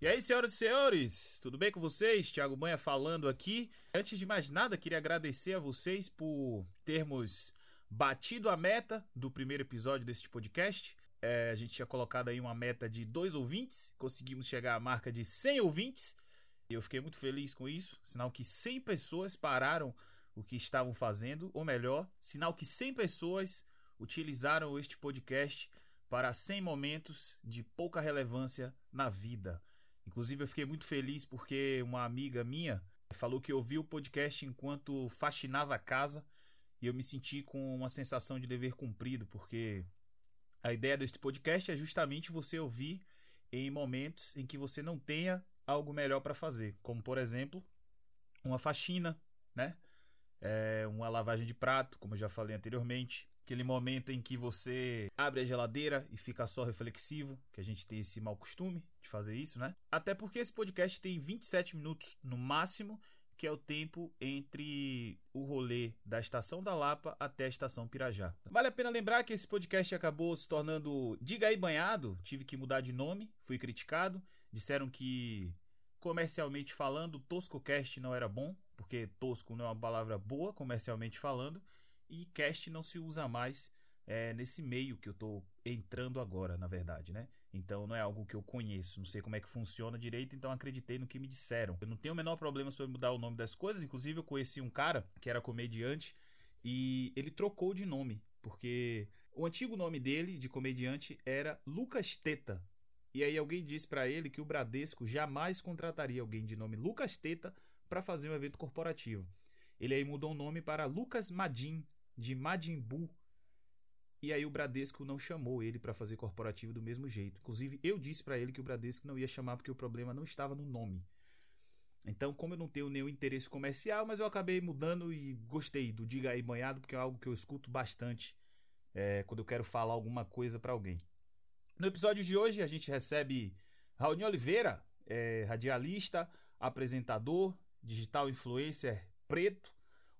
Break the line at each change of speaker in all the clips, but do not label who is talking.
E aí, senhoras e senhores, tudo bem com vocês? Thiago Banha falando aqui. Antes de mais nada, queria agradecer a vocês por termos batido a meta do primeiro episódio deste podcast. É, a gente tinha colocado aí uma meta de dois ouvintes, conseguimos chegar à marca de 100 ouvintes. E eu fiquei muito feliz com isso, sinal que 100 pessoas pararam o que estavam fazendo, ou melhor, sinal que 100 pessoas utilizaram este podcast para 100 momentos de pouca relevância na vida. Inclusive, eu fiquei muito feliz porque uma amiga minha falou que ouviu o podcast enquanto faxinava a casa e eu me senti com uma sensação de dever cumprido, porque a ideia deste podcast é justamente você ouvir em momentos em que você não tenha algo melhor para fazer, como por exemplo uma faxina, né? É, uma lavagem de prato, como eu já falei anteriormente, aquele momento em que você abre a geladeira e fica só reflexivo, que a gente tem esse mau costume de fazer isso, né? Até porque esse podcast tem 27 minutos no máximo, que é o tempo entre o rolê da estação da Lapa até a estação Pirajá. Vale a pena lembrar que esse podcast acabou se tornando Diga aí Banhado, tive que mudar de nome, fui criticado, disseram que comercialmente falando, ToscoCast não era bom, porque tosco não é uma palavra boa comercialmente falando e cast não se usa mais é, nesse meio que eu estou entrando agora, na verdade, né? Então não é algo que eu conheço, não sei como é que funciona direito, então acreditei no que me disseram. Eu não tenho o menor problema sobre mudar o nome das coisas, inclusive eu conheci um cara que era comediante e ele trocou de nome, porque o antigo nome dele de comediante era Lucas Teta. E aí alguém disse para ele que o Bradesco jamais contrataria alguém de nome Lucas Teta para fazer um evento corporativo. Ele aí mudou o nome para Lucas Madin, de Majin Buu. E aí o Bradesco não chamou ele para fazer corporativo do mesmo jeito. Inclusive, eu disse para ele que o Bradesco não ia chamar porque o problema não estava no nome. Então, como eu não tenho nenhum interesse comercial, mas eu acabei mudando e gostei do Diga aí Banhado, porque é algo que eu escuto bastante é, quando eu quero falar alguma coisa para alguém. No episódio de hoje, a gente recebe Raoni Oliveira, é, radialista, apresentador, digital influencer preto,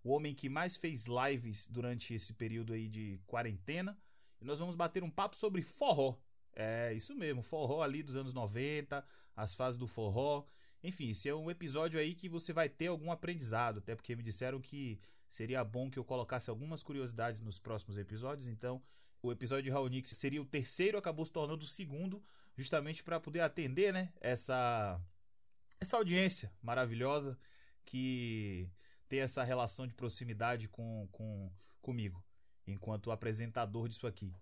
o homem que mais fez lives durante esse período aí de quarentena. E nós vamos bater um papo sobre forró. É isso mesmo, forró ali dos anos 90, as fases do forró. Enfim, esse é um episódio aí que você vai ter algum aprendizado, até porque me disseram que seria bom que eu colocasse algumas curiosidades nos próximos episódios, então o episódio de Raoni, que seria o terceiro, acabou se tornando o segundo, justamente para poder atender, né, essa essa audiência maravilhosa que ter essa relação de proximidade com, com comigo, enquanto apresentador disso aqui.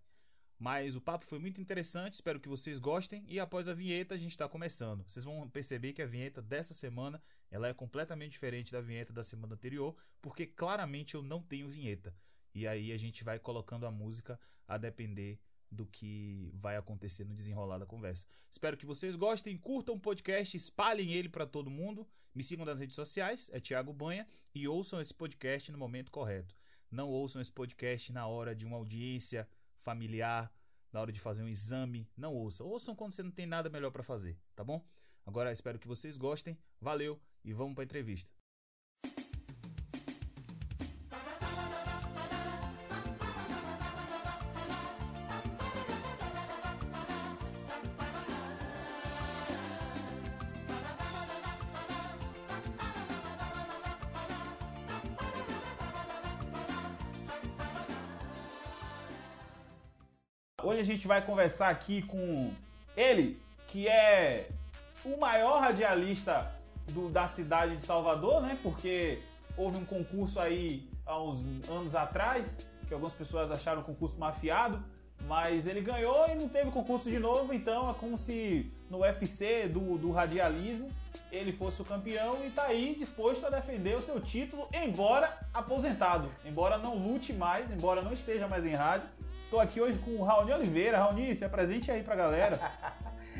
Mas o papo foi muito interessante, espero que vocês gostem e após a vinheta a gente está começando. Vocês vão perceber que a vinheta dessa semana ela é completamente diferente da vinheta da semana anterior, porque claramente eu não tenho vinheta. E aí a gente vai colocando a música a depender do que vai acontecer no desenrolar da conversa. Espero que vocês gostem, curtam o podcast, espalhem ele para todo mundo, me sigam nas redes sociais, é Thiago Banha, e ouçam esse podcast no momento correto. Não ouçam esse podcast na hora de uma audiência familiar, na hora de fazer um exame, não ouçam. Ouçam quando você não tem nada melhor para fazer, tá bom? Agora espero que vocês gostem, valeu e vamos para a entrevista. Hoje a gente vai conversar aqui com ele, que é o maior radialista do- da cidade de Salvador, né? Porque houve um concurso aí há uns anos atrás, que algumas pessoas acharam um concurso mafiado, mas ele ganhou e não teve concurso de novo, então é como se no UFC do, do radialismo ele fosse o campeão e tá aí disposto a defender o seu título, embora aposentado, embora não lute mais, embora não esteja mais em rádio. Tô aqui hoje com o Raoni Oliveira. Raoni, se apresente aí pra galera.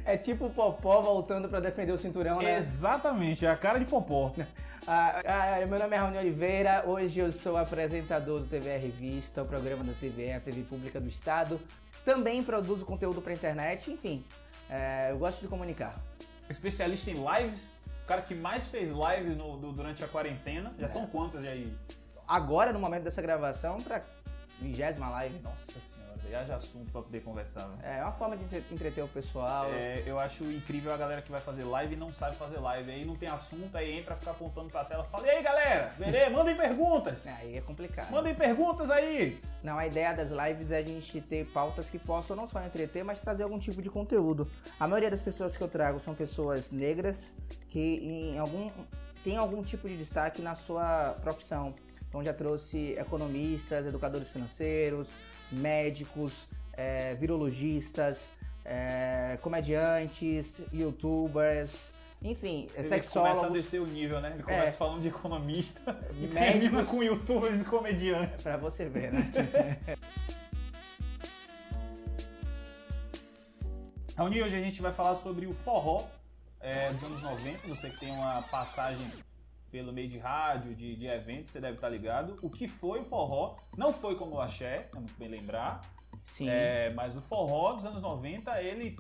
É tipo o Popó voltando pra defender o cinturão, né?
Exatamente, é a cara de popó.
Ah, ah, meu nome é Raoni Oliveira, hoje eu sou apresentador do TVE Revista, o programa da TVE, a TV Pública do Estado. Também produzo conteúdo pra internet, enfim, é, eu gosto de comunicar.
Especialista em lives, o cara que mais fez lives no- do- durante a quarentena. Já são quantas aí?
Agora, no momento dessa gravação, pra vigésima live.
Nossa senhora, velho. Haja assunto pra poder conversar, velho.
É uma forma de entre- entreter o pessoal.
É, eu acho incrível a galera que vai fazer live e não sabe fazer live. Aí não tem assunto, aí entra, fica apontando pra tela, fala, e aí galera, beleza? Mandem perguntas!
Aí é complicado.
Mandem perguntas aí!
Não, a ideia das lives é a gente ter pautas que possam não só entreter, mas trazer algum tipo de conteúdo. A maioria das pessoas que eu trago são pessoas negras que em algum tem algum tipo de destaque na sua profissão. Então já trouxe economistas, educadores financeiros, médicos, eh, virologistas, eh, comediantes, youtubers, enfim,
Você vê que começa a
sexólogos.
descer o nível, né? Ele começa falando de economista e
Médico.
termina com youtubers e comediantes.
Pra você ver, né?
Raoni, hoje a gente vai falar sobre o forró é, dos anos 90. Você que tem uma passagem pelo meio de rádio, de, de eventos, você deve estar ligado. O que foi o forró? Não foi como o axé, é muito bem lembrar.
Sim.
É, mas o forró dos anos 90, ele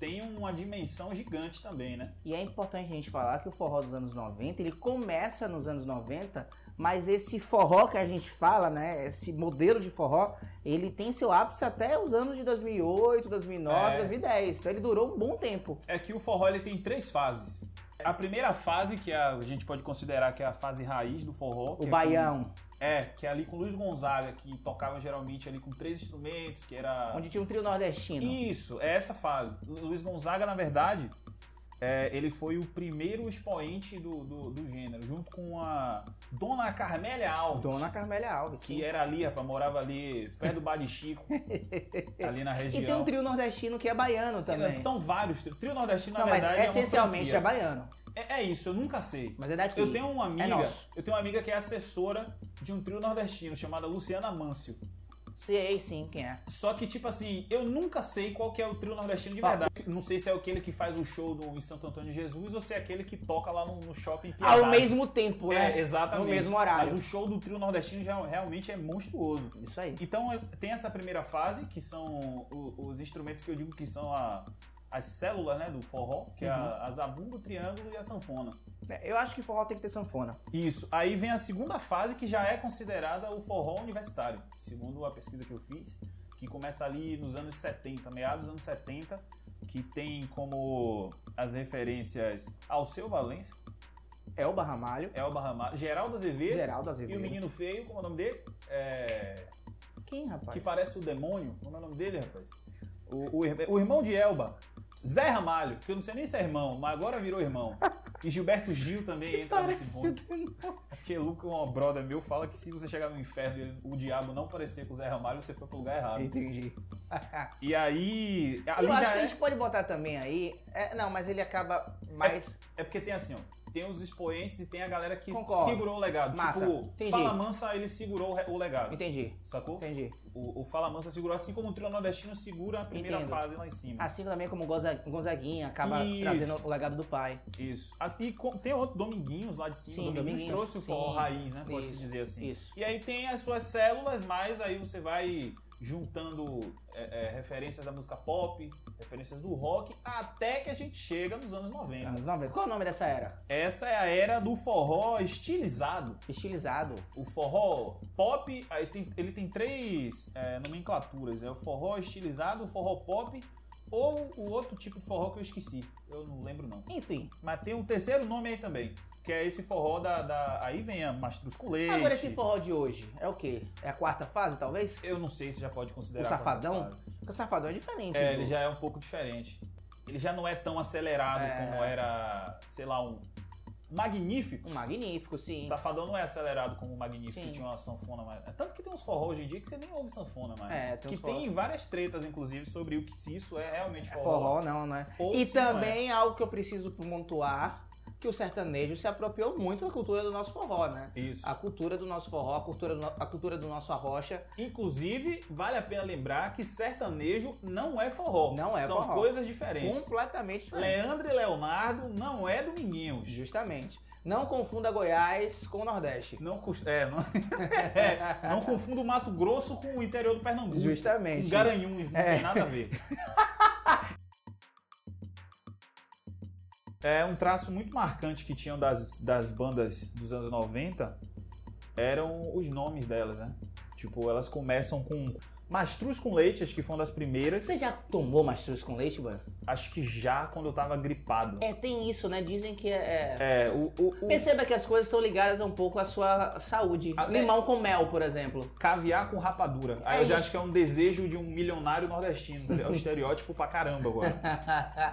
tem uma dimensão gigante também, né?
E é importante a gente falar que o forró dos anos 90, ele começa nos anos 90, mas esse forró que a gente fala, né, esse modelo de forró, ele tem seu ápice até os anos de 2008, 2009,
É.
2010. Então ele durou um bom tempo.
É que o forró ele tem três fases. A primeira fase, que é a, a gente pode considerar que é a fase raiz do forró.
O
que é
baião,
com- é, que é ali com Luiz Gonzaga, que tocava geralmente ali com três instrumentos, que era...
onde tinha um trio nordestino.
Isso, é essa fase. Lu- Luiz Gonzaga, na verdade, é, ele foi o primeiro expoente do, do, do gênero, junto com a Dona Carmélia Alves.
Dona Carmélia Alves.
Que é
sim.
era ali, rapaz, morava ali perto do Bar de Chico, ali na região.
E tem um trio nordestino que é baiano também.
São vários. tri- Trio nordestino, na
Não, mas
verdade, é uma
essencialmente é,
franquia.
baiano.
é, é isso, eu nunca sei.
Mas é daqui.
Eu tenho uma amiga,
nosso.
eu tenho uma amiga que é assessora de um trio nordestino chamada Luciana Mâncio.
Sei sim quem é.
Só que, tipo assim, eu nunca sei qual que é o trio nordestino de
Ó.
verdade. Não sei se é aquele que faz o show no, em Santo Antônio de Jesus ou se é aquele que toca lá no, no shopping Piedade.
Ao Ah, mesmo tempo, né?
É, exatamente.
No mesmo horário.
Mas o show do trio nordestino já, realmente é monstruoso.
Isso aí.
Então tem essa primeira fase, que são o- os instrumentos que eu digo que são a- as células né, do forró, que é
Uhum.
a, a zabumba, o triângulo e a sanfona.
É, Eu acho que forró tem que ter sanfona.
Isso. Aí vem a segunda fase, que já é considerada o forró universitário, segundo a pesquisa que eu fiz, que começa ali nos anos 70, meados dos anos 70, que tem como as referências ao seu Valença,
É o Barramalho.
Elba Ramalho, Geraldo Azevedo
Geraldo
e
Azevedo.
o menino feio, como é o nome dele? É...
Quem, rapaz?
que parece o demônio. Como é o nome dele, rapaz? O, o irmã- o irmão de Elba. Zé Ramalho, que eu não sei nem se é irmão, mas agora virou irmão. E Gilberto Gil também entra nesse
Parece o
ponto.
demônio.
Porque Luca, um brother meu, fala que se você chegar no inferno e ele- o diabo não parecer com o Zé Ramalho, você foi pro lugar errado.
Entendi.
E aí. Ali
Eu acho
já
que a
é,
gente pode botar também aí. é, não, mas ele acaba mais.
é porque tem assim, ó. Tem os expoentes e tem a galera que
Concordo.
segurou o legado.
Massa.
Tipo,
Entendi.
Fala Mansa, ele segurou o re- o legado.
Entendi.
Sacou?
Entendi.
O, o Fala Mansa segurou, assim como o Trio Nordestino segura a primeira
Entendo.
fase lá em cima.
Assim também como Gonza- Gonzaguinha acaba
Isso.
trazendo o legado do pai.
Isso. As- e co- tem outro Dominguinhos lá de cima.
Sim,
Dominguinhos,
Dominguinhos,
trouxe o forró
sim.
raiz, né? Pode-se
Isso,
dizer assim.
isso.
E aí tem as suas células, mas aí você vai juntando é, é, referências da música pop, referências do rock, até que a gente chega nos anos 90.
Anos 90. Qual é o nome dessa era?
Essa é a era do forró estilizado.
Estilizado.
O forró pop, aí tem- ele tem três é, nomenclaturas. É o forró estilizado, o forró pop ou o outro tipo de forró que eu esqueci. Eu não lembro não.
Enfim.
Mas tem um terceiro nome aí também, que é esse forró da. da- Aí vem a Mastruz com Leite.
Agora esse forró de hoje é o quê? É a quarta fase, talvez?
Eu não sei se já pode considerar.
O
a quarta
Safadão?
fase.
Porque o safadão é diferente.
É,
do-
ele já é um pouco diferente. Ele já não é tão acelerado
É.
como era, sei lá, um. Magnífico.
Um magnífico, sim.
Safadão não é acelerado como o Magnífico,
Sim.
que tinha uma sanfona mais. é Tanto que tem uns forró hoje em dia que você nem ouve sanfona mais.
É, tem
que
uns forró.
tem várias tretas, inclusive, sobre o que se isso é realmente
É
forró.
forró, não, né?
Ou
E
se não é.
também algo que eu preciso pontuar, que o sertanejo se apropriou muito da cultura do nosso forró, né?
Isso.
A cultura do nosso forró, a cultura do, no- a cultura do nosso arrocha.
Inclusive, vale a pena lembrar que sertanejo não é forró.
Não é
São
forró.
coisas diferentes.
Completamente diferente.
Leandro e Leonardo não é Dominguinhos.
Justamente. Não confunda Goiás com o Nordeste.
Não, cus- é, não, é, não confunda o Mato Grosso com o interior do Pernambuco.
Ah, Justamente.
Com Garanhuns, não
É.
tem nada a ver. É um traço muito marcante que tinham das, das bandas dos anos 90 eram os nomes delas, né? Tipo, elas começam com Mastruz com leite, acho que foi uma das primeiras.
Você já tomou mastruz com leite, mano?
Acho que já quando eu tava gripado.
É, tem isso, né? Dizem que é. é-
É, o, o- o
Perceba que as coisas estão ligadas um pouco à sua saúde.
Ah, é.
Limão com mel, por exemplo.
caviar com rapadura. Aí eu já acho que é um desejo de um milionário nordestino, tá ligado? é um estereótipo pra caramba agora.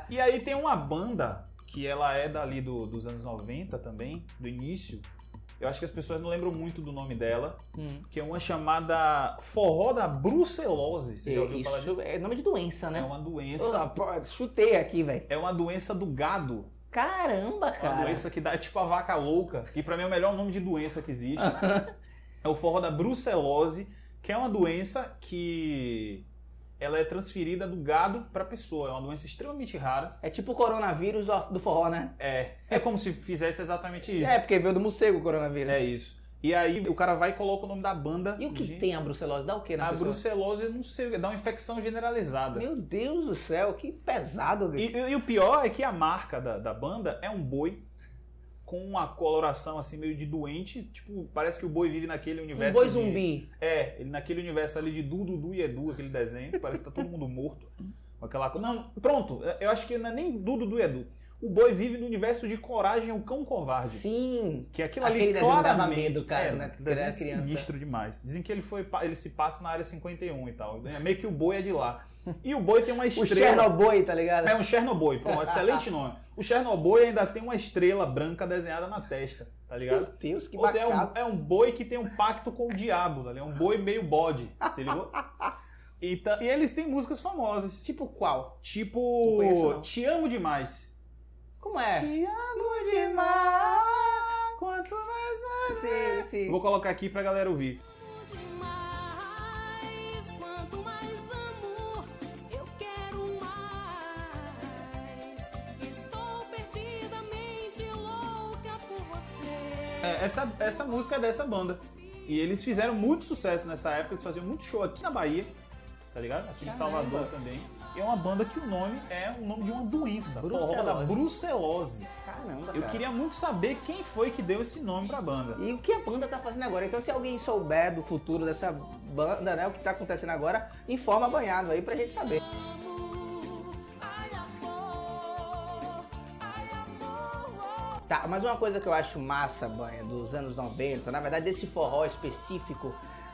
E aí tem uma banda que ela é dali do- dos anos 90 também, do início. Eu acho que as pessoas não lembram muito do nome dela,
Hum.
que é uma chamada Forró da Brucelose. Você já ouviu falar
isso
disso?
é nome de doença,
É
né?
uma doença.
Ah, pô, chutei aqui, velho.
É uma doença do gado.
Caramba,
É Uma
cara.
doença que dá é tipo a vaca louca, que pra mim é o melhor nome de doença que existe.
Ah.
é o forró da brucelose, que é uma doença que ela é transferida do gado pra pessoa. É uma doença extremamente rara.
É tipo o coronavírus do, do forró, né?
É, é como se fizesse exatamente isso.
É, porque veio do morcego o coronavírus.
É isso. E aí o cara vai e coloca o nome da banda.
E o que
de-
tem a brucelose? Dá o quê na
A
pessoa?
brucelose, eu não sei, dá uma infecção generalizada.
Meu Deus do céu, que pesado.
E, e- e o pior é que a marca da, da banda é um boi com uma coloração assim meio de doente, tipo, parece que o boi vive naquele
Um
universo.
boi
de-
zumbi.
É, ele naquele universo ali de Du, Dudu e Edu, aquele desenho, parece que tá todo mundo morto. com Aquela coisa. Não, pronto, eu acho que não é nem Du, Dudu e Edu. O boi vive no universo de Coragem, o Cão Covarde.
Sim.
Que aquilo
Aquele
ali
desenho dava
claramente
medo, cara,
é,
né?
um
Porque
desenho
era criança.
sinistro demais. Dizem que ele foi, pa- ele se passa na área 51 e tal. É meio que o boi é de lá. E o boi tem uma
O
estrela.
Chernobyl, tá ligado?
É um Chernobyl, pô, um excelente nome. O Chernobyl ainda tem uma estrela branca desenhada na testa, tá
Meu
ligado?
Deus, que
Ou seja, é
bacana.
um, é um boi que tem um pacto com o diabo, tá ligado? É um boi meio bode, se ligou? E, tá- e eles têm músicas famosas,
Tipo qual? Não
tipo
conheço, não.
Te Amo Demais.
Como é?
Te amo demais, quanto mais...
Sim, sim.
Vou colocar aqui pra galera ouvir.
demais. Quanto mais amo, eu quero mais. Estou perdidamente louca por você.
É, essa, essa música é dessa banda. E eles fizeram muito sucesso nessa época, eles faziam muito show aqui na Bahia, tá ligado? Aqui em Salvador também. E é uma banda que o nome é o nome de uma doença, forró da brucelose.
Caramba,
Eu
cara.
queria muito saber quem foi que deu esse nome pra banda.
E o que a banda tá fazendo agora? Então, se alguém souber do futuro dessa banda, né, o que tá acontecendo agora, informa banhado aí pra gente saber.
Amor, ai amor, ai amor. oh,
Tá, mas uma coisa que eu acho massa, banha, dos anos 90, na verdade, desse forró específico,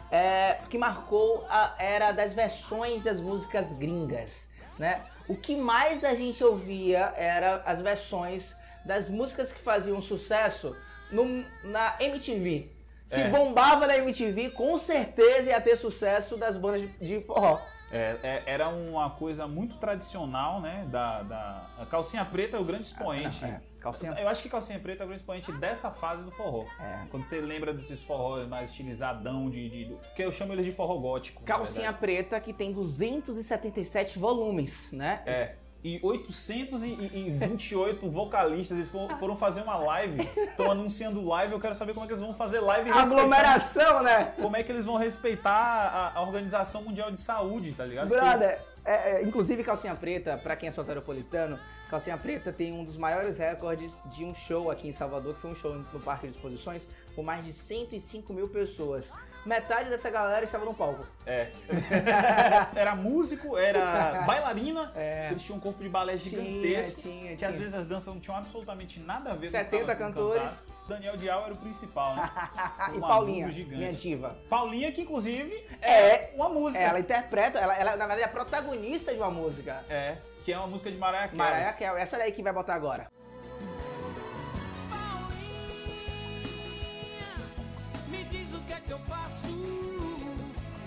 é que marcou a era das versões das músicas gringas, né? O que mais a gente ouvia era as versões das músicas que faziam sucesso no- na MTV. Se
É.
bombava na MTV, com certeza ia ter sucesso das bandas de- de forró.
É, é, era uma coisa muito tradicional, né? Da, da- a calcinha preta é o grande expoente.
é. Calcinha-
Eu acho que calcinha preta é o grande expoente dessa fase do forró.
É.
Quando você lembra desses forrós mais estilizadão, de, de- do- que eu chamo eles de forró gótico. na
Calcinha
verdade.
Preta, que tem 277 volumes, né?
É. E 828 vocalistas, eles foram, foram fazer uma live, estão anunciando live, eu quero saber como é que eles vão fazer live respeitando-
Aglomeração, né?
Como é que eles vão respeitar a, a Organização Mundial de Saúde, tá ligado?
Brother, é, é, inclusive Calcinha Preta, pra quem é soteropolitano, Calcinha Preta tem um dos maiores recordes de um show aqui em Salvador, que foi um show no Parque de Exposições, com mais de 105 mil pessoas. Metade dessa galera estava no palco.
É. era músico, era bailarina, eles tinham um corpo de balé gigantesco,
É. Tinha, tinha,
que
tinha.
às vezes as danças não tinham absolutamente nada a ver com o que
70
tava sendo
cantores.
cantado. Daniel Dial era o principal, né?
Ah, e
Um
Paulinha,
aluno gigante.
minha diva.
Paulinha, que inclusive
É,
uma música.
ela interpreta, ela, ela, na verdade é a protagonista de uma música.
É, que é uma música de Mariah Carey.
Mariah Carey, essa daí que vai botar agora.
Paulinha, me diz o que é que eu faço.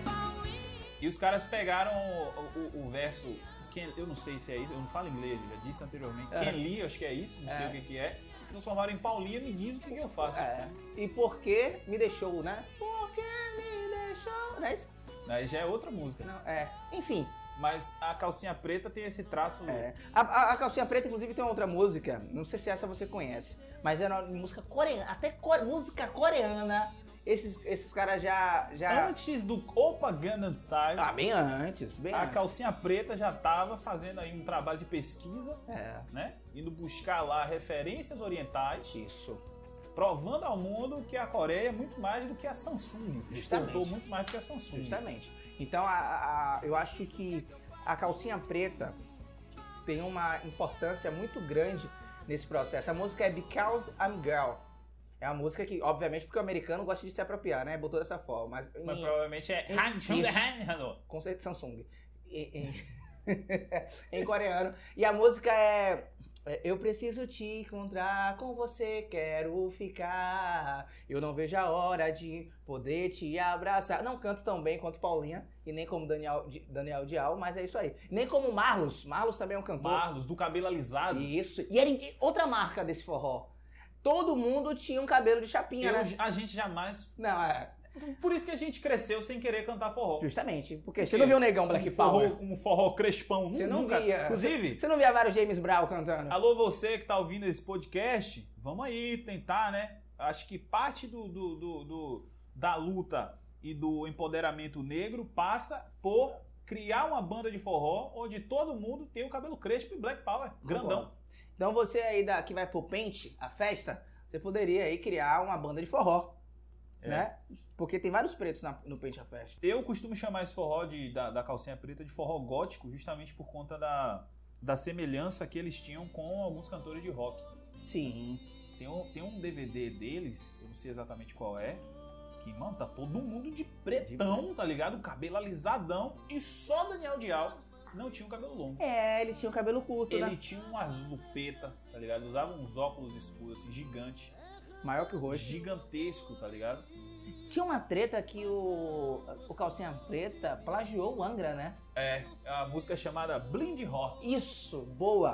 Paulinha.
E os caras pegaram o, o- o verso. Ken- eu não sei se é isso, eu não falo inglês, eu já disse anteriormente.
É.
Ken Lee, eu acho que é isso, não sei o que, que é. Transformaram em Paulinha, me diz o que, que eu faço.
É. E por que me deixou, né? Por que me deixou? Não é isso?
Aí já é outra música.
Não, é. Enfim,
Mas a calcinha preta tem esse traço.
é. A, a- a Calcinha Preta, inclusive, tem uma outra música, não sei se essa você conhece, mas era uma música coreana, até core- música coreana, esses, esses caras já, já...
Antes do Opa Gangnam Style,
Ah, bem antes, bem
a
antes.
calcinha preta já tava fazendo aí um trabalho de pesquisa,
É,
né? Indo buscar lá referências orientais,
isso.
provando ao mundo que a Coreia é muito mais do que a Samsung.
Justamente.
Exportou muito mais do que a Samsung.
Justamente. Então a- a- a- eu acho que a calcinha preta tem uma importância muito grande nesse processo. A música é Because I'm Girl. É uma música que, obviamente, porque o americano gosta de se apropriar, né? Botou dessa forma. Mas,
Mas
em-
provavelmente é
Isso.
Han Chung Han Hano.
conceito Samsung. E- Em, em coreano. E a música é. é, Eu preciso te encontrar, com você quero ficar. Eu não vejo a hora de poder te abraçar. Não canto tão bem quanto Paulinha e nem como Daniel, Di- Daniel Dial, mas é isso aí. Nem como Marlos. Marlos também é um cantor.
Marlos, do cabelo alisado.
Isso. E era em- outra marca desse forró. Todo mundo tinha um cabelo de chapinha,
Eu-
né?
a gente jamais.
Não, é,
Por isso que a gente cresceu sem querer cantar forró.
justamente. Porque
Por
você
quê?
não viu o negão Black
um
Power.
forró, um forró crespão.
Você não
nunca.
via.
Inclusive,
Você não via vários James Brown cantando?
alô você que tá ouvindo esse podcast, vamos aí tentar, né? Acho que parte do, do- do- do- da luta e do empoderamento negro passa por criar uma banda de forró onde todo mundo tem o cabelo crespo e black power, grandão.
Então você aí da, que vai pro pente, a festa, você poderia aí criar uma banda de forró,
É.
né? Porque tem vários pretos na- no pente a festa.
Eu costumo chamar esse forró de- da, da calcinha preta de forró gótico, justamente por conta da, da semelhança que eles tinham com alguns cantores de rock.
Sim.
Tem um, tem um DVD deles, eu não sei exatamente qual é, que, mano, tá todo mundo de pretão, tá ligado? Cabelo alisadão. E só Daniel Dial não tinha um cabelo longo.
É, ele tinha o cabelo curto,
Ele
né?
tinha umas lupetas, tá ligado? Usava uns óculos escuros, assim, gigante.
Maior que o rosto.
Gigantesco, tá ligado?
Tinha uma treta que o, o calcinha preta plagiou o Angra, né?
É, é uma música chamada Blind Rock.
Isso, boa.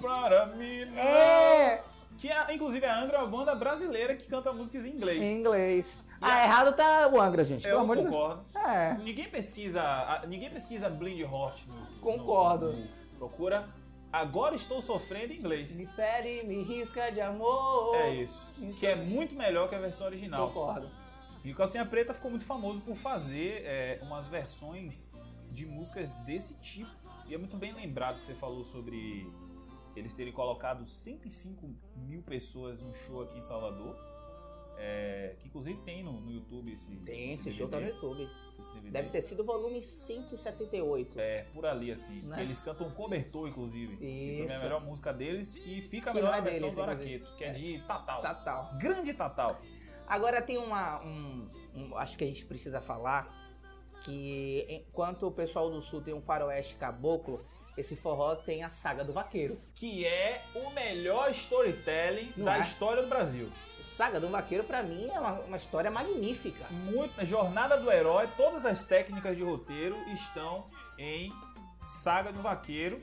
Para mim, não.
É,
Que, é, inclusive, a Angra é uma banda brasileira que canta músicas em inglês.
em inglês. Ah, errado tá o Angra, gente.
Eu
Pelo amor de Deus.
concordo.
É.
Ninguém pesquisa, a- ninguém pesquisa Blind Hort. No,
Concordo.
no- no- procura. Agora estou sofrendo em inglês.
Me fere, me risca de amor.
É isso. Que é muito melhor que a versão original.
Concordo.
E o Calcinha Preta ficou muito famoso por fazer é, umas versões de músicas desse tipo. E é muito bem lembrado que você falou sobre eles terem colocado 105 mil pessoas num show aqui em Salvador. É, que inclusive tem no, no YouTube esse.
Tem, esse show tá no
DVD,
YouTube.
esse DVD.
Deve ter sido o volume 178.
É, por ali, assim.
Né?
Eles cantam cobertor, inclusive. Que pra mim é a
Isso.
melhor música deles, que fica a
Que
melhor
não é
a versão
deles,
do
inclusive.
Araqueto, que é, de Tatal.
Tá, tal.
Grande Tatal.
Agora tem uma. um- um- acho que a gente precisa falar que enquanto o pessoal do sul tem um faroeste caboclo, esse forró tem a saga do vaqueiro.
Que é o melhor storytelling
Não
da
é?
história do Brasil.
Saga do vaqueiro, pra mim, é uma, uma história magnífica.
Muito, Jornada do Herói, todas as técnicas de roteiro estão em Saga do Vaqueiro.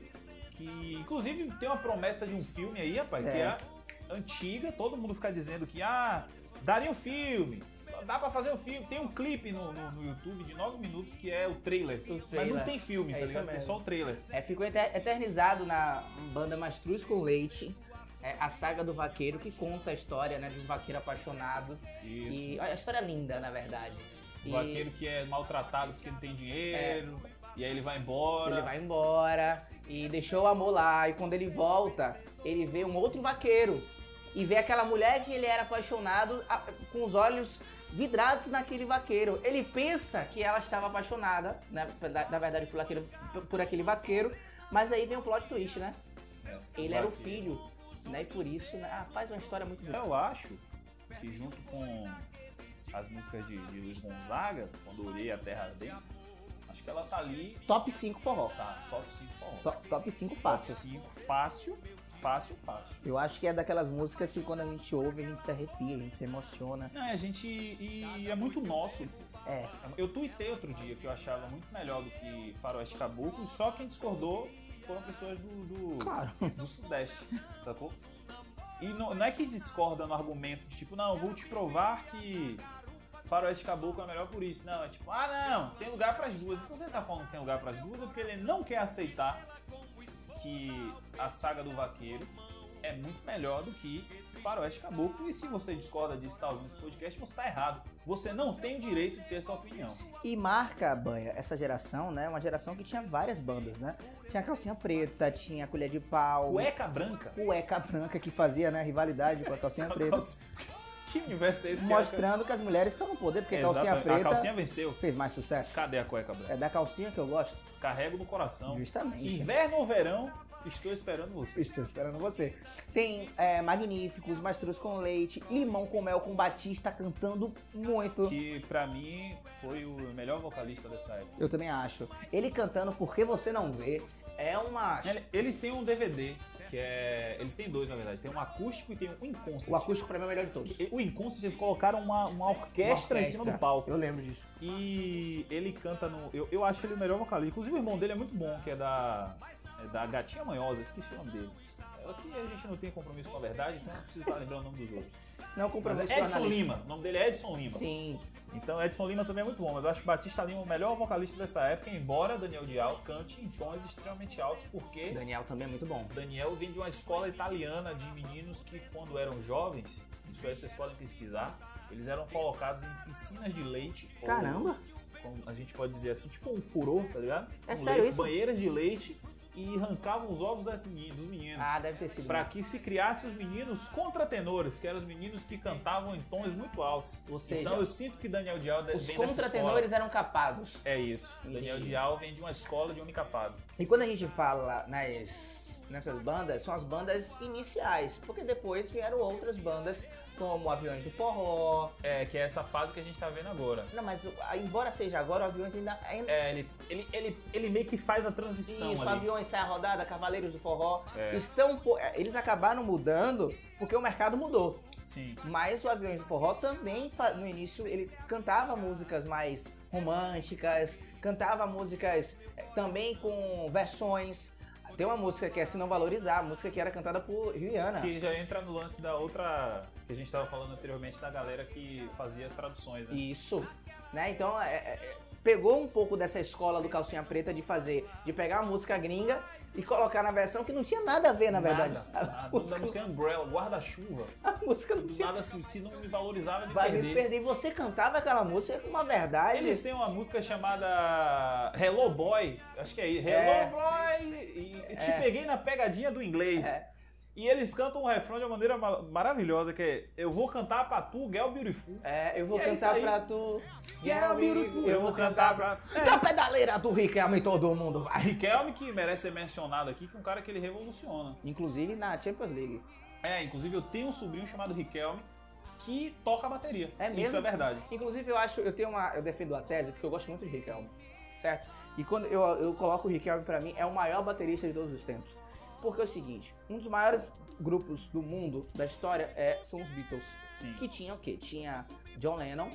Que inclusive tem uma promessa de um filme aí, rapaz,
É.
que é antiga, todo mundo fica dizendo que ah, daria um filme. Dá pra fazer um filme. Tem um clipe no, no- no YouTube de 9 minutos que é o trailer.
O
Mas não
trailer.
tem filme,
É
tá
isso
ligado? Tem
mesmo.
só o trailer.
É, ficou eter- eternizado na banda Mastruz com Leite. é, a saga do vaqueiro que conta a história né, de um vaqueiro apaixonado.
Isso.
E olha, a história é linda, na verdade.
O
E
vaqueiro que é maltratado porque não tem dinheiro. E aí ele vai embora.
É. Ele vai embora e deixou o amor lá. E quando ele volta, ele vê um outro vaqueiro. E vê aquela mulher que ele era apaixonado a- com os olhos vidrados naquele vaqueiro. Ele pensa que ela estava apaixonada, né, na, na verdade, por aquele, por aquele vaqueiro. Mas aí vem o plot twist, né?
É,
Ele era o
vaqueiro.
filho. Né? E por isso, né? ah, faz uma história muito bonita.
Eu acho que junto com as músicas de, de Luiz Gonzaga, quando orei a terra dentro, acho que ela tá ali,
Top 5 forró.
tá, top 5 forró.
Top, top 5
Top
fácil. assim.
5, fácil, fácil, fácil.
Eu acho que é daquelas músicas que quando a gente ouve, a gente se arrepia, a gente se emociona.
Não, a gente. E é muito nosso.
É,
Eu tuitei outro dia que eu achava muito melhor do que Faroeste Caboclo, só quem discordou foram pessoas do, do,
Claro.
do Sudeste, sacou? E não, não é que discorda no argumento de tipo, não, vou te provar que Faroeste Caboclo é melhor por isso. Não, é tipo, ah, não, tem lugar pras duas. Então você tá falando que tem lugar pras duas é porque ele não quer aceitar que a saga do vaqueiro é muito melhor do que Faroeste Caboclo. E se você discorda disso, tá ouvindo esse podcast, você tá errado. Você não tem o direito de ter essa opinião.
E marca, Banha, essa geração, né? Uma geração que tinha várias bandas, né? Tinha a calcinha preta, tinha a colher de pau,
Cueca branca.
cueca branca que fazia, né? Rivalidade com a calcinha preta.
Que universo é esse? que é a-
mostrando que as mulheres estão no poder, porque a
Exatamente.
calcinha preta
A calcinha venceu.
fez mais sucesso.
Cadê a cueca
É
branca?
da calcinha que eu gosto.
Carrego no coração.
Justamente.
Inverno ou verão, estou esperando você.
Estou esperando você. Tem é, magníficos, mastruz com leite, limão com mel com Batista cantando muito.
Que pra mim foi o melhor vocalista dessa época.
Eu também acho. Ele cantando Porque Você Não Vê é uma.
Ele- Eles têm um DVD, que é. Eles têm dois, na verdade. Tem um acústico e tem um inconsciente.
O acústico pra mim é o melhor de todos.
O inconsciente eles colocaram uma, uma orquestra, em cima do palco.
Eu lembro disso.
E ele canta no. Eu, eu acho ele o melhor vocalista. Inclusive o irmão dele é muito bom, que é da. É da Gatinha Manhosa, esqueci o nome dele. É, Aqui a gente não tem compromisso com a verdade, então não precisa estar lembrando o nome dos outros.
Não com
Mas é
prazer
Edson Lima, o nome dele é Edson Lima.
Sim.
Então Edson Lima também é muito bom, mas eu acho o Batista Lima é o melhor vocalista dessa época, embora Daniel Dial cante em tons extremamente altos, porque
Daniel também é muito bom.
Daniel vem de uma escola italiana de meninos que, quando eram jovens, isso aí vocês podem pesquisar, eles eram colocados em piscinas de leite. ou-
Caramba.
como a gente pode dizer assim, tipo um furor, tá ligado?
É
um
sério
leite,
isso?
Banheiras de leite e arrancavam os ovos das meni- dos meninos.
Ah, deve ter sido.
Pra que se criassem os meninos contratenores, que eram os meninos que cantavam em tons muito altos.
Ou seja,
então eu sinto que Daniel Dial de-
Os
vem dessa
contratenores
escola.
eram capados.
É isso. Daniel
Entendi.
Dial vem de uma escola de homem capado.
E quando a gente fala nas, nessas bandas, são as bandas iniciais, porque depois vieram outras bandas como Aviões do Forró.
É, que é essa fase que a gente tá vendo agora.
Não, mas o- a- embora seja agora, o Aviões ainda. ainda
É, ele, ele, ele, ele meio que faz a transição
isso,
ali.
Aviões sai a rodada, Cavaleiros do Forró. Estão. po- É, é, Eles acabaram mudando porque o mercado mudou.
Sim.
Mas o Aviões do Forró também, fa- no início, ele cantava músicas mais românticas, cantava músicas eh, também com versões. Tem uma música que é Se Não Valorizar, música que era cantada por Rihanna.
Que já entra no lance da outra. que a gente tava falando anteriormente da galera que fazia as traduções, né?
Isso. Né? Então, é- é- é, pegou um pouco dessa escola do Calcinha Preta de fazer, de pegar uma música gringa e colocar na versão que não tinha nada a ver, na verdade.
Nada, nada.
A,
O nome da
música,
música é Umbrella, guarda-chuva.
a música não
Do
tinha.
Nada, se, se não me valorizava, me
Vai me
perder.
perder. E você cantava aquela música com uma verdade.
Eles têm uma música chamada Hello Boy, acho que é isso. Hello
É.
Boy! E, e te peguei na pegadinha do inglês.
É.
E eles cantam o refrão de uma maneira ma- maravilhosa, que é Eu vou cantar pra tu, Girl Beautiful.
É, eu vou
E é isso
cantar
aí. é,
pra tu.
Girl Beautiful, eu vou cantar pra...
Da Então, pedaleira do Rick, amém, todo mundo
A
vai.
Riquelme, que merece ser mencionado aqui, que é um cara que ele revoluciona.
Inclusive na Champions League.
É, inclusive eu tenho um sobrinho chamado Riquelme que toca bateria.
É mesmo?
Isso é verdade.
Inclusive, eu acho, eu tenho uma. Eu defendo a tese porque eu gosto muito de Riquelme, certo? E quando eu, eu coloco o Riquelme pra mim, é o maior baterista de todos os tempos. Porque é o seguinte, um dos maiores grupos do mundo, da história, é, são os Beatles.
Sim.
Que tinha o quê? Tinha John Lennon,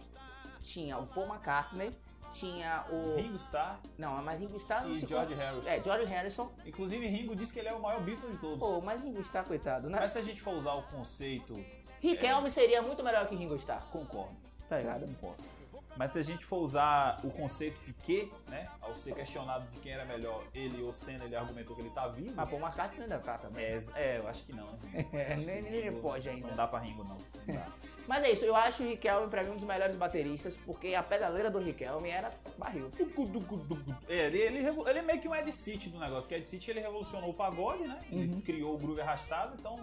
tinha o Paul McCartney, tinha o.
Ringo Starr
Não, mas Ringo Starr não
e
se
George
con-
Harrison.
É, George Harrison.
Inclusive, Ringo diz que ele é o maior Beatle de todos.
Pô, mas Ringo Starr, coitado, né?
Mas é. se a gente for usar o conceito,
Riquelme seria muito melhor que Ringo Starr.
concordo,
Tá ligado?
concordo. Mas se a gente for usar o conceito Piquet, né, ao ser questionado de quem era melhor, ele ou Senna, ele argumentou que ele tá vivo.
Mas pô, uma carta ainda tá também.
É, é, eu acho que não. né?
É,
Acho que
nem- nem
Ringo-
pode ainda.
Não dá pra Ringo, não. Não dá.
Mas é isso, eu acho o Riquelme pra mim um dos melhores bateristas, porque a pedaleira do Riquelme era barril.
Tucu, tucu, tucu. É, Ele, ele, revo- ele é meio que um Ed City do negócio, que Ed City ele revolucionou o pagode, né? Ele
Uhum.
criou o groove arrastado, então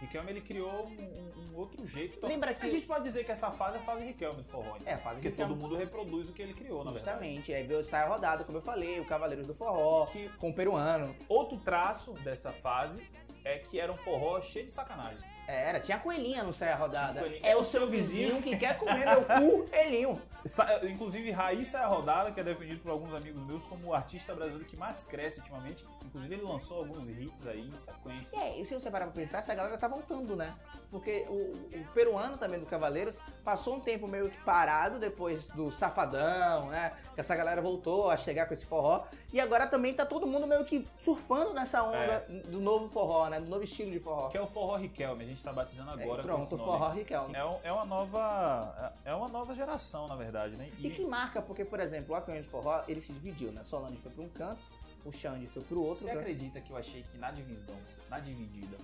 Riquelme ele criou um, um- um outro jeito. Então,
Lembra que-
A gente pode dizer que essa fase é a fase Riquelme do forró. então.
É, a fase
Porque
Riquelme.
todo mundo reproduz o que ele criou, na verdade.
Justamente, aí veio o Saia Rodado, como eu falei, o Cavaleiros do Forró,
Que-
com o Peruano.
Outro traço dessa fase é que era um forró cheio de sacanagem.
É, Era, tinha coelhinha no Saia Rodada.
Tinha coelhinha.
É o seu vizinho que quer comer meu coelhinho.
Sa- Inclusive, Raíssa é a rodada, que é definido por alguns amigos meus como o artista brasileiro que mais cresce ultimamente. Inclusive, ele lançou alguns hits aí em sequência.
E é, e se você parar pra pensar, essa galera tá voltando, né? Porque o, o peruano também do Cavaleiros passou um tempo meio que parado depois do Safadão, né? Que essa galera voltou a chegar com esse forró. E agora também tá todo mundo meio que surfando nessa onda do novo forró, né? Do novo estilo de forró.
É. Que é o Forró Riquelme, a gente tá batizando agora
É,
com
pronto,
esse
o
nome.
forró Riquelme.
É, um- é uma nova é uma nova geração, na verdade, né?
E que marca, porque, por exemplo, o Aviões de Forró, ele se dividiu, né? Solange foi pra um canto, o Xande foi pro outro
você
canto.
acredita que eu achei que na divisão, na dividida,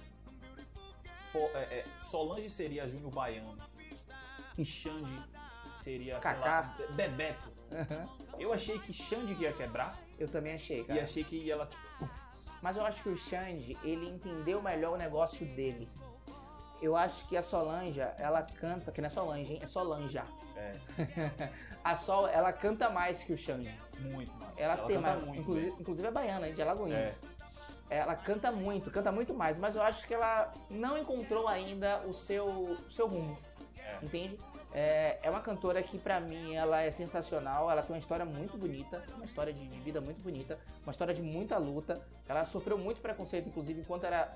Fo- é, é, Solange seria Júnior Baiano, e Xande seria,
Kaká.
sei lá, Be- Bebeto.
Aham.
Eu achei que Xande ia quebrar
Eu também achei,
e é
cara.
achei que ela tipo,
Mas eu acho que o Xande, ele entendeu melhor o negócio dele. Eu acho que a Solanja, ela canta, que não é Solange, hein? É Solanja.
É,
A Sol, ela canta mais que o Xande.
muito mais.
Ela, tem
canta
mais.
muito. É.
inclusive,
né?
inclusive é baiana, de Alagoinhas. Ela canta muito, canta muito mais, mas eu acho que ela não encontrou ainda o seu, o seu rumo.
É.
Entende? É, é uma cantora que, pra mim, ela é sensacional. Ela tem uma história muito bonita, uma história de de vida muito bonita, uma história de muita luta. Ela sofreu muito preconceito, inclusive, enquanto era.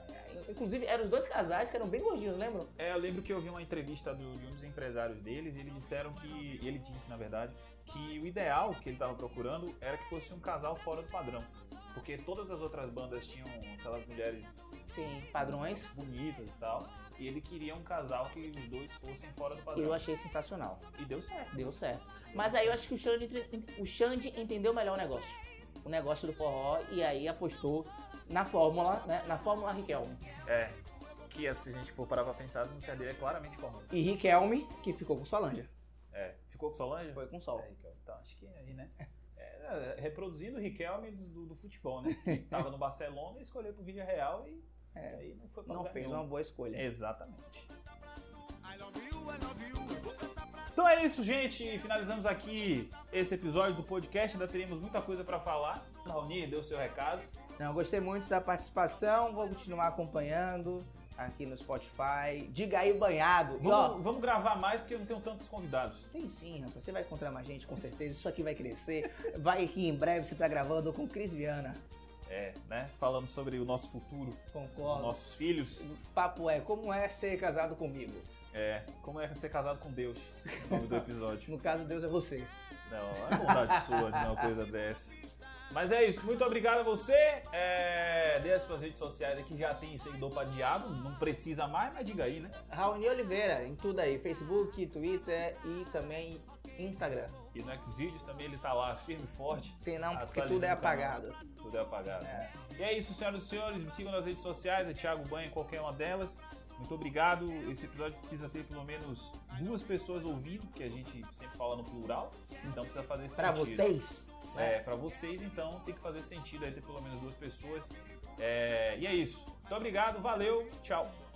Inclusive, eram os dois casais que eram bem gordinhos, lembram?
É, eu lembro que eu vi uma entrevista do- de um dos empresários deles e eles disseram que, e ele disse na verdade, que o ideal que ele estava procurando era que fosse um casal fora do padrão. Porque todas as outras bandas tinham aquelas mulheres
Sim, padrões.
bonitas e tal, e ele queria um casal que os dois fossem fora do
E
padrão.
eu achei sensacional.
E deu certo.
Deu certo. Mas aí eu acho que o Xande, o Xande entendeu melhor o negócio. O negócio do forró e aí apostou na fórmula, né? Na fórmula Riquelme.
É. Que se a gente for parar pra pensar, a música dele é claramente formal.
E Riquelme, que ficou com Solange.
É. Ficou com Solange?
Foi com Sol.
É, Riquelme. Então acho que aí, né? É, é, reproduzindo o Riquelme do, do- do futebol, né? Que tava no Barcelona e escolheu pro Vídeo Real e
É.
aí não foi pra
Não
lugar
fez
nenhum.
uma boa escolha.
Exatamente. Então é isso, gente. Finalizamos aqui esse episódio do podcast. Ainda teremos muita coisa pra falar. Raoni deu seu recado.
Não, eu gostei muito da participação, vou continuar acompanhando aqui no Spotify. Diga aí o banhado. E, ó,
Vamos, vamos gravar mais porque eu não tenho tantos convidados.
Tem sim, rapaz. Você vai encontrar mais gente, com certeza. Isso aqui vai crescer. Vai que em breve você tá gravando com Cris Viana.
É, né? Falando sobre o nosso futuro, os
Concordo.
nossos filhos.
O papo é, como é ser casado comigo?
É, como é ser casado com Deus. O nome do episódio.
No caso, Deus é você.
Não, é vontade sua dizer uma coisa dessa. Mas é isso, muito obrigado a você. É, dê as suas redes sociais aqui, já tem seguidor pra diabo, não precisa mais, mas diga aí, né?
Raoni Oliveira, em tudo aí. Facebook, Twitter e também Instagram.
E no Xvideos também ele tá lá, firme e forte.
Tem não, porque
Atualizando
tudo é
o canal.
apagado.
Tudo é apagado. né? E é isso, senhoras e senhores. Me sigam nas redes sociais, é Thiago Banha em qualquer uma delas. Muito obrigado. Esse episódio precisa ter pelo menos duas pessoas ouvindo, que a gente sempre fala no plural. Então precisa fazer sentido.
Pra vocês. né?
É, pra vocês, então, tem que fazer sentido aí ter pelo menos duas pessoas. É, e é isso. Muito obrigado, valeu, tchau.